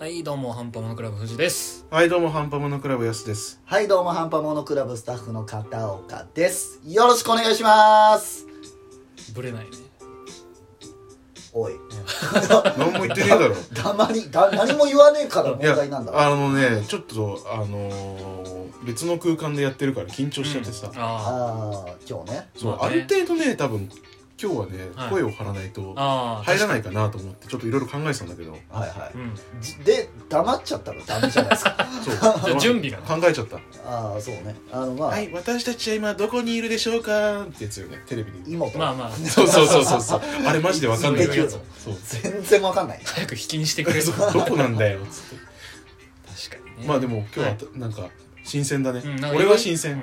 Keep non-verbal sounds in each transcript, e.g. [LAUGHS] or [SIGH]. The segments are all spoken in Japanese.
はいどうもハンパモノクラブ藤ですはいどうもハンパモノクラブやすですはいどうもハンパモノクラブスタッフの片岡ですよろしくお願いしますぶれないねおい [LAUGHS] 何も言ってねえだろたまにだ何も言わねえから [LAUGHS] 問いや題なんだろあのねちょっとあのー別の空間でやってるから緊張しちゃってさ、あああ今日ねそう、まああねる程度ね多分今日はね、はい声を張らないとあああ入らないかなと思ってちょっといろいろ考えてたんだけどはいはうんいじで黙っちゃったらダメじゃないで [LAUGHS] すかそう準備が考えちゃったああそうねあのまあ、はい私たちは今どこにいるでしょうかってやつよねテレビに妹、まあまあそうそうそうそうそうあれマジでわかんないでかきるらのそう [LAUGHS] 全然わかんない早く引きにしてくれそ [LAUGHS] とう確かどこなんだよっつってにねまあでも今日はなんか新鮮だね、うんなんか俺は新鮮、うん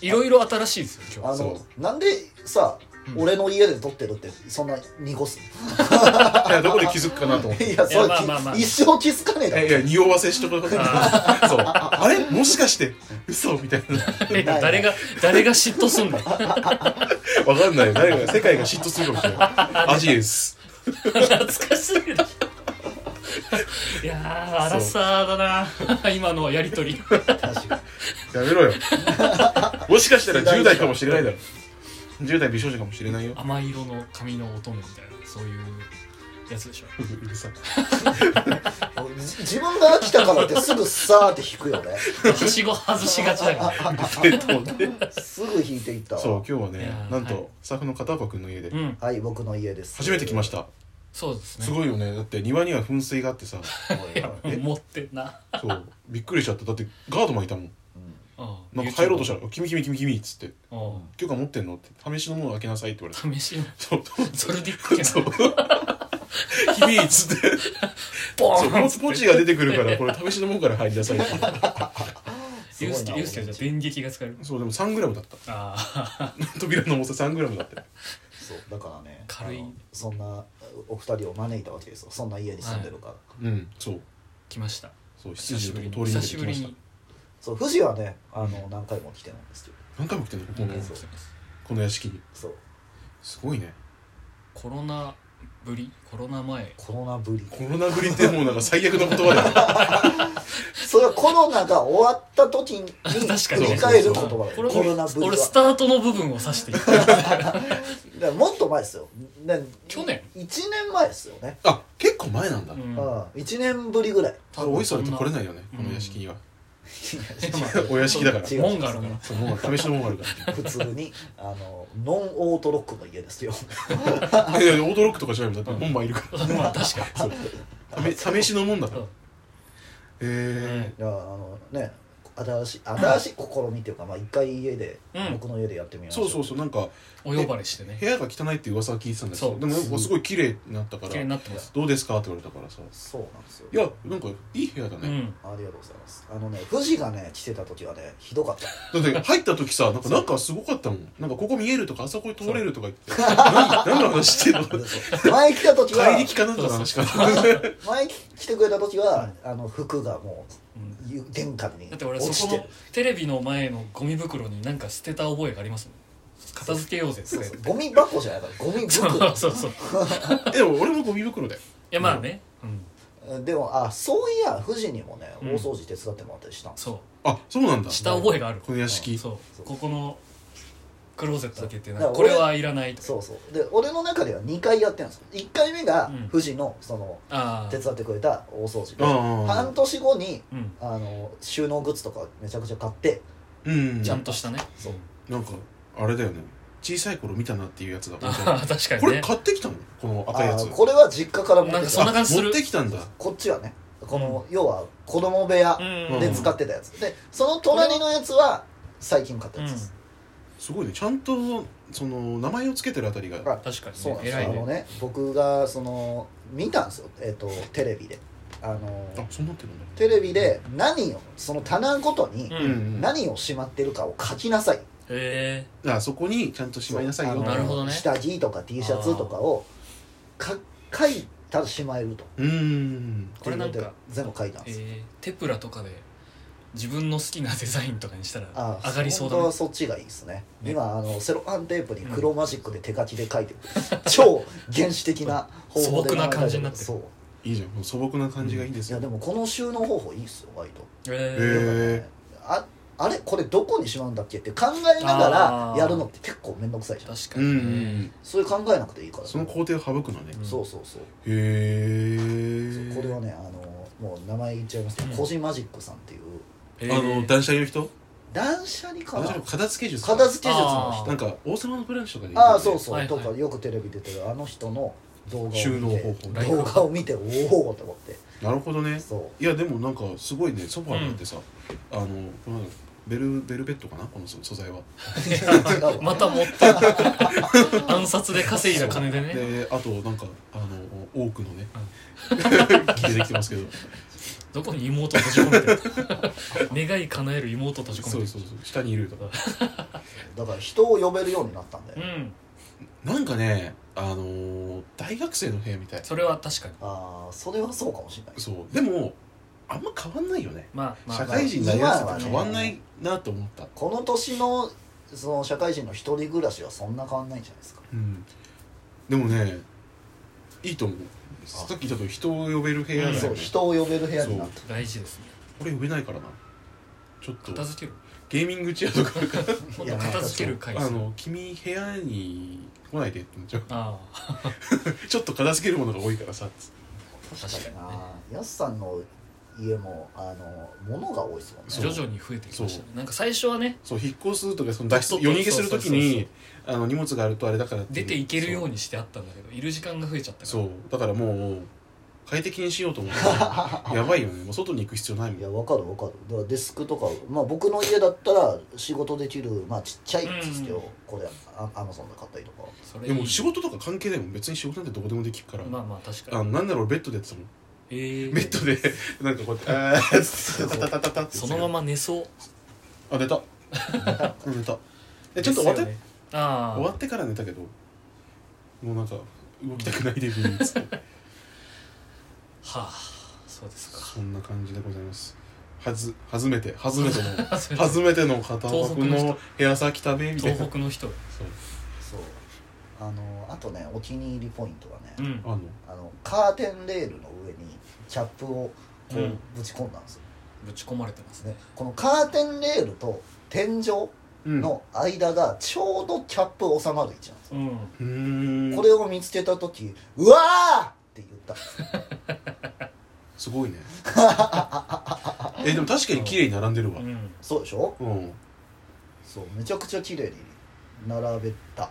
いろいろ新しいですよ今あ日のそなんでさ、うん俺の家で撮ってるってそんな濁すいやどこで気づくかなと思ってのいやそれ、いやまあまあまあ一生気づかねえだえろいや、匂わせしとかあそう。あれもしかして、嘘みたいな。えない誰が誰が嫉妬すんのわかんない。誰が、世界が嫉妬するかもしれない。アジエス。懐かしいないやー荒さだな [LAUGHS] 今のやりとり確かにやめろよ。もしかしたら10代かもしれないだろ。10代美少女かもしれないよ。甘い色の髪の乙女みたいなそういうやつでしょうるさい。じ自分が飽きたからってすぐさーって引くよねはしご外しがちだから [LAUGHS] えっとねすぐ引いていったわそう、今日はいやねー、なんはいと、スタッフの片岡くんの家でう、んはい僕の家です初めて来ました。そうですねすごいよね。だって庭には噴水があってさ、おいおいえ持ってんなそう、びっくりしちゃった。だってガードマンいたもん。ななんか入ろうとしたら、君君君君っつって、た許可持ってんのって、試しのもの開けなさいって言われ試て。し [LAUGHS] そう。ソルディックそやう。響いつって。ボそう、ーンポチポチが出てくるから、これ試しのもんから入りなさいって。 [LAUGHS] ユースケユースケはじゃあ電撃が使えるそう、でも3グラムだった。ああ扉の重さ3グラムだった。そうだからね軽いあのそんなお二人を招いたわけですよそんな家に住んでるから、うん、そう。 [LAUGHS] 来ましたそう、7久時しのぶりとにこ通久りし抜けぶてきまりしたに。そう富士はねあの何回も来てないんですけど何回も来てんのここのうん、そうこの屋敷に。そうすごいね。コロナぶりコロナ前コロナぶりコロナぶりってもうなんか最悪の言葉だよ。それはコロナが終わった時に [LAUGHS] 確か振にりね返る言そう葉だこよれコロナぶりは俺スタートの部分を指していく [LAUGHS] だからもっと前ですよ、ね、去年1年前ですよね、あ、結構前なんだう。んうん、1年ぶりぐらい [LAUGHS] ただ、おいそれと来れないよね、この屋敷には。お屋敷だから。違う門があるからそう、もう試しのもんがあるか普通にあのノンオートロックの家ですよら。いやいや、驚くとかしないもんだって、門番いるかまあ確かにら。試試しのもんだからうん。えいやあのね新しい新しい試みっていうか、まあ、一回家で、うん僕の家でやってみえ。ましょそうそうそう、なんか、お呼ばれしてね部屋が汚いって噂は聞いてたんですけそどうでもなんかすごい綺麗になったか綺麗にらなってますどうですかって言われたからさいそうなんですよやなんかいい部屋だうね、んありがとうございますあのね富士がね来てた時はねひどかっただって入った時さなんかなんかすごかったもんなんかここ見えるとかあそこに通れるとか言 [LAUGHS] って何何の話してんの前来た時は怪力かなんかの話かな [LAUGHS] 前来てくれた時は、あの服がもうんうゆ玄関にだって俺落そこちてのるテレビの前のゴミ袋になんか捨てた覚えがありますもん片付けようぜっつそっうそてうゴミ箱じゃないからゴ [LAUGHS] ミそう袋そうそういでも俺もゴミ袋だよやまあねうんでもあそういや富士にもねう大ん掃除手伝ってもらったりしたんですよ、そあそうなんだうした覚えがあるこの屋敷そうそうここのクローゼット開けてなんだかからこれはいらないとかそうそうで俺の中では2回やってるんですよ1回目がうん富士のそのあ手あ伝ってくれた大掃除で、うん半年後にうんあの収納グッズとかめちゃくちゃ買ってうんちゃんとしたねそうなんかあれだよね小さい頃見たなっていうやつだああ確かこにれね買ってきたのこの赤いやあつーこれは実家から持なんっかてそんたな感じするあ持ってきたんだこっちはねこの、要は子供部屋うんで使ってたやつ、でその隣のやつは最近買ったやつです、すごいねちゃんとその名前をつけてるあたりがあ確かにねそうなんですよ、偉いあねのね僕がその見たんですよ、えっとテレビであのあそうなってるんだテレビで何をその棚ごとにうんうん何をしまってるかを書きなさい、へあそこにちゃんとしまいなさいあよのなるほどね下着とか T シャツとかをか書いたらしまえるとうーんこれなんかっていうので全部書いたんえですよ、ーテプラとかで自分の好きなデザインとかにしたらああ上がりそう本当だはねそっちがいいですねね今あのセロハンテープに [LAUGHS] 黒マジックで手書きで書いてる、超原始的な方法で素朴な感じになってるそういいじゃんこの素朴な感じがいいんですいやよ、でもこの収納方法いいっすよ割とえへああれこれどこにしまうんだっけって考えながらやるのって結構面倒くさいじゃんー、確かうんに、うんうねんそれ考えなくていいからその工程を省くのね、そうそうそうへえこれはねあのもう名前言っちゃいますけど、うんコジマジックさんっていうえあ [LAUGHS] の断捨離の人断捨離か断な捨離片付け術片付け術のあ人ーなんか「王様のブランチ」とかでいいよねああそうそう、はいはいとかよくテレビ出てるあの人の動画を見て収納方法ね動画を見ておおと思ってなるほどねそいやでもなんかすごいねソファーなんてさ、あのこのベルベルベットかなこの素素材はう違うわ [LAUGHS] また持った暗殺で稼いだ金でねであとなんかあの多くのね [LAUGHS] 出てきてますけどどこに妹閉じ込めてる [LAUGHS] 願い叶える妹閉じ込そめうてそうるそう下にいるとかだから人を呼べるようになったんだよ、うんなんかねあの大学生の部屋みたいそれは確かにああそれはそうかもしれないそうでもあんま変わんないよねまあまあ、社まあ会人になりやすまあくまあて変わんないなと思った、この年のその社会人の一人暮らしはそんな変わんないんじゃないですかうんでもねいいと思うさっきちょっと人を呼べる部屋だよね、そうこ人を呼べる部屋になった大事ですねれ呼べないからなちょっと片付けるゲーミングチェアとかもっと片付ける回あ数の君部屋に来ないでってちょあちょっと片付けるものが多いからさつって確かにねなやすさんの家もあの物が多いですもんねあ徐々に増えてきましたそねなんか最初はねそう引っ越すとかその脱そう出夜逃げするときにそあの荷物があるとあれだから出ていけるようににしてあったんだけどいる時間が増えちゃったかそらうそうだからもう快適にしようと思ってやばいよねもう外に行く必要ないもいんやわかるわかるだからデスクとか、まあ、僕の家だったら仕事できる、まあ、ちっちゃいですけど、うんこれあアマゾンで買ったりとかそれいでいも仕事とか関係ないもん別に仕事なんてどこでもできるから、まあまあ確かあにのなんなら俺ベッドでやってたもんえーベッドでなんかこうやって「あーつってタタタタってそのまま寝そうあ寝たうん寝たえちょっと終わって、ですよねああ終わってから寝たけどもうなんか動きたくないでビーンっつってはあそうです [LAUGHS] かそんな感じでございますはず初めて初めての初めて初めての片岡東北君のの部屋先食べみたいな東北の人そうそうあのあとねお気に入りポイントがね、うんあのあのカーテンレールの上にキャップをこううんぶち込んだんですよ、ぶち込まれてますねねこのカーテンレールと天井うんの間がちょうどキャップ収まる位置なんですよ、うんうーんこれを見つけた時「うわー!」って言ったすごいね [LAUGHS] えでも確かに綺麗に並んでるわうんそうでしょうんそうめちゃくちゃ綺麗に並べた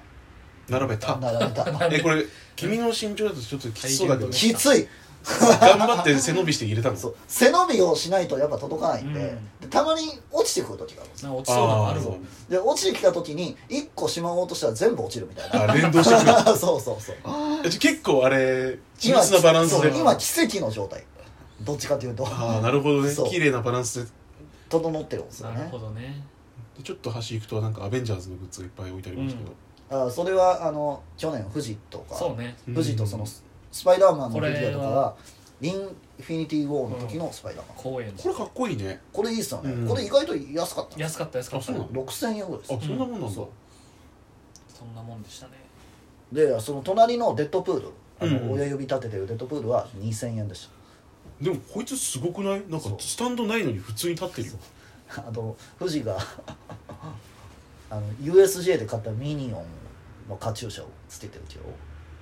並べた並べたえこれ君の身長だとちょっときつそうだけど [LAUGHS] 大きつい頑張って背伸びして入れたのそう背伸びをしないとやっぱ届かないんで,、うんでたまに落ちてくる時があるんですよなんか落ちそうなのあるもんねで落ちてきた時に1個しまおうとしたら全部落ちるみたいあ連動して [LAUGHS] くるなそうそうそうえじゃあ結構あれ緻今密なバランスでそう今奇跡の状態どっちかというとああなるほどねそう綺麗なバランスで整ってるんですよなるねほどねでちょっと端行くとなんかアベンジャーズのグッズがいっぱい置いてありますけど、あそれはあの去年富士とかそうねうん富士とそのススパイダーマンのフィギュアとかこれはインフィニティ・ウォーの時のスパイダーマン、公園これかっこいいねこれいいっすよね、うんこれ意外と安かったんです安かった安かったあそうなの6000円ぐらいですあそんなもんなんだ、そそんなもんでしたねでその隣のデッドプールあの、うん親指立ててるデッドプールは2000円でしでもこいつすごくないなんかそうスタンドないのに普通に立ってるよた [LAUGHS] あの富士があの USJ で買ったミニオンのカチューシャをつけてるけど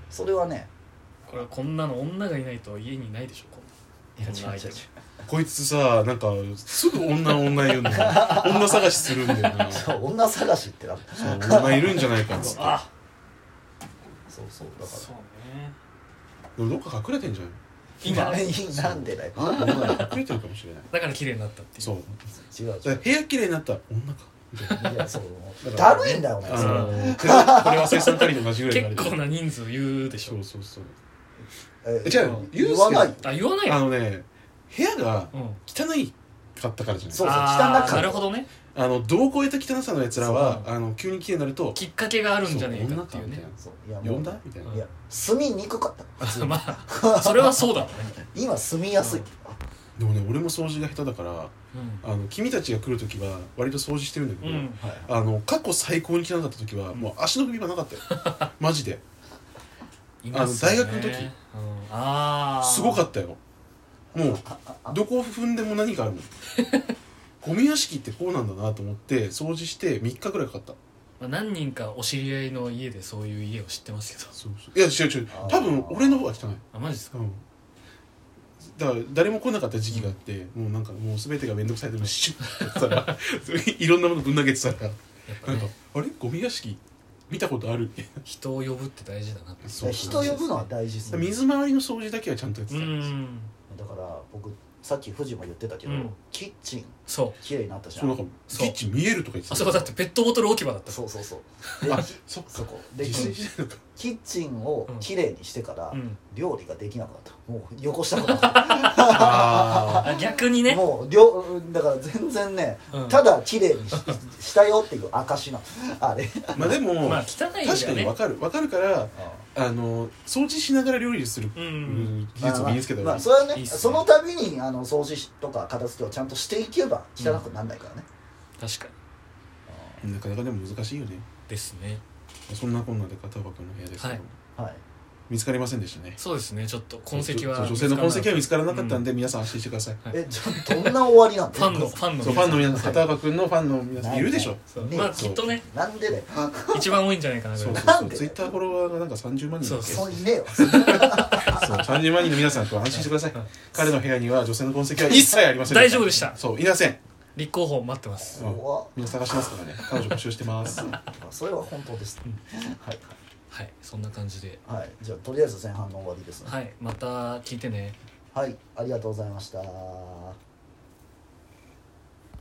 それはね [LAUGHS] これはこんなの女がいないと家にないでしょこんないやこ違んなうアイテ違う違うムこいつさなんかすぐ女女言うんだよな女探しするんだよなそうそう女探しってなって女いるんじゃないかっつってあそうそうだかそうらねでもどっか隠れてんじゃない [LAUGHS] 今今なんでだよあ女隠れてるかもしれないだから綺麗になったっていうそう違う違うだから部屋綺麗になったら女かいやそうだかだらるいんだよねあそれはのこれは生産管理と同じぐらいにな結る構な人数言うでしそょうそうそうええじゃあユー言スわケないよあ言わないあののね部屋がうん汚いかったからじゃないそうそうあー汚かったなるほどねあの度を超えた汚さのやつらはあの急に綺麗になるときっかけがあるんじゃねえかっていうねそういや呼もうんだみたいないや住みにくかったまあそれはそうだろうね [LAUGHS] 今住みやすいでもね俺も掃除が下手だからうあの君たちが来る時は割と掃除してるんだけん、ど、うん、はい [LAUGHS] あの過去最高に汚かった時はもう足の踏み場なかったよマジでいますよあの大学の時うん、ああすごかっったよもうどこを踏んでも何かある [LAUGHS] もんゴミ屋敷ってこうなんだなと思って掃除して3日ぐらいかかったた、まあ、何人かお知り合いの家でそういう家を知ってますけどそうそういや違う違うあー多分俺の方が汚いあマジですかうんだから誰も来なかった時期があって、もうなんかもう全てが面倒くさいでもシュッてや [LAUGHS] ってたらいろんなものぶん投げてたからやっぱなんかねあれゴミ屋敷見たことある人を呼ぶって大事だなってそう人呼ぶのは大事ですね水回りの掃除だけはちゃんとやってうたんですよんだから僕さっき藤も言ってたけど、うんキッチンそう綺麗になったじゃそうなんんかそキうッチン見えるとか言ってたあそこだってペットボトル置き場だったそうそうそう [LAUGHS] あでそっそかこで自キ炊しッてるのかキッチンを綺麗にしてから、うん、料理ができなくなったも [LAUGHS] う汚したくなったああ逆にね、もう料だから全然ね、うんただ綺麗にししたよっていう証なあれーまあでも、まあ汚いん確だかよにねわかるわかるからあの掃除しながら料理する、うんうん技術を身につけたま方あがまあいいそれはねいいっすねその度にあの掃除とか片付けをちゃんとしていけば汚くならないからね、確かになかなかでも難しいよねですねそんなこんなで片岡君の部屋ですけど、はいはい見つかりませんでしたねそうですねちょっと痕跡はそう女性の痕跡は見つからなかったんで、で、皆さん安心してください、はいえじゃあどんな終わりなんだファンのファンのそうファンの皆さんはい片岡君のファンの皆さんいるでしょそうまあねきっとねなんでだよ一番多いんじゃないかなぐそらういそうなそんうでツイッターフォロワーがなんか30万人だっけそそういねえよそう30万人の皆さんこう安心してくださいはい彼の部屋には女性の痕跡は一切ありません大丈夫でしたそういません立候補待ってます怖っみんな探しますからね彼女募集してますそれは本当です、はいはいそんな感じではい、はい、じゃあとりあえず前半の終わりですねはいまた聞いてねはい、ありがとうございました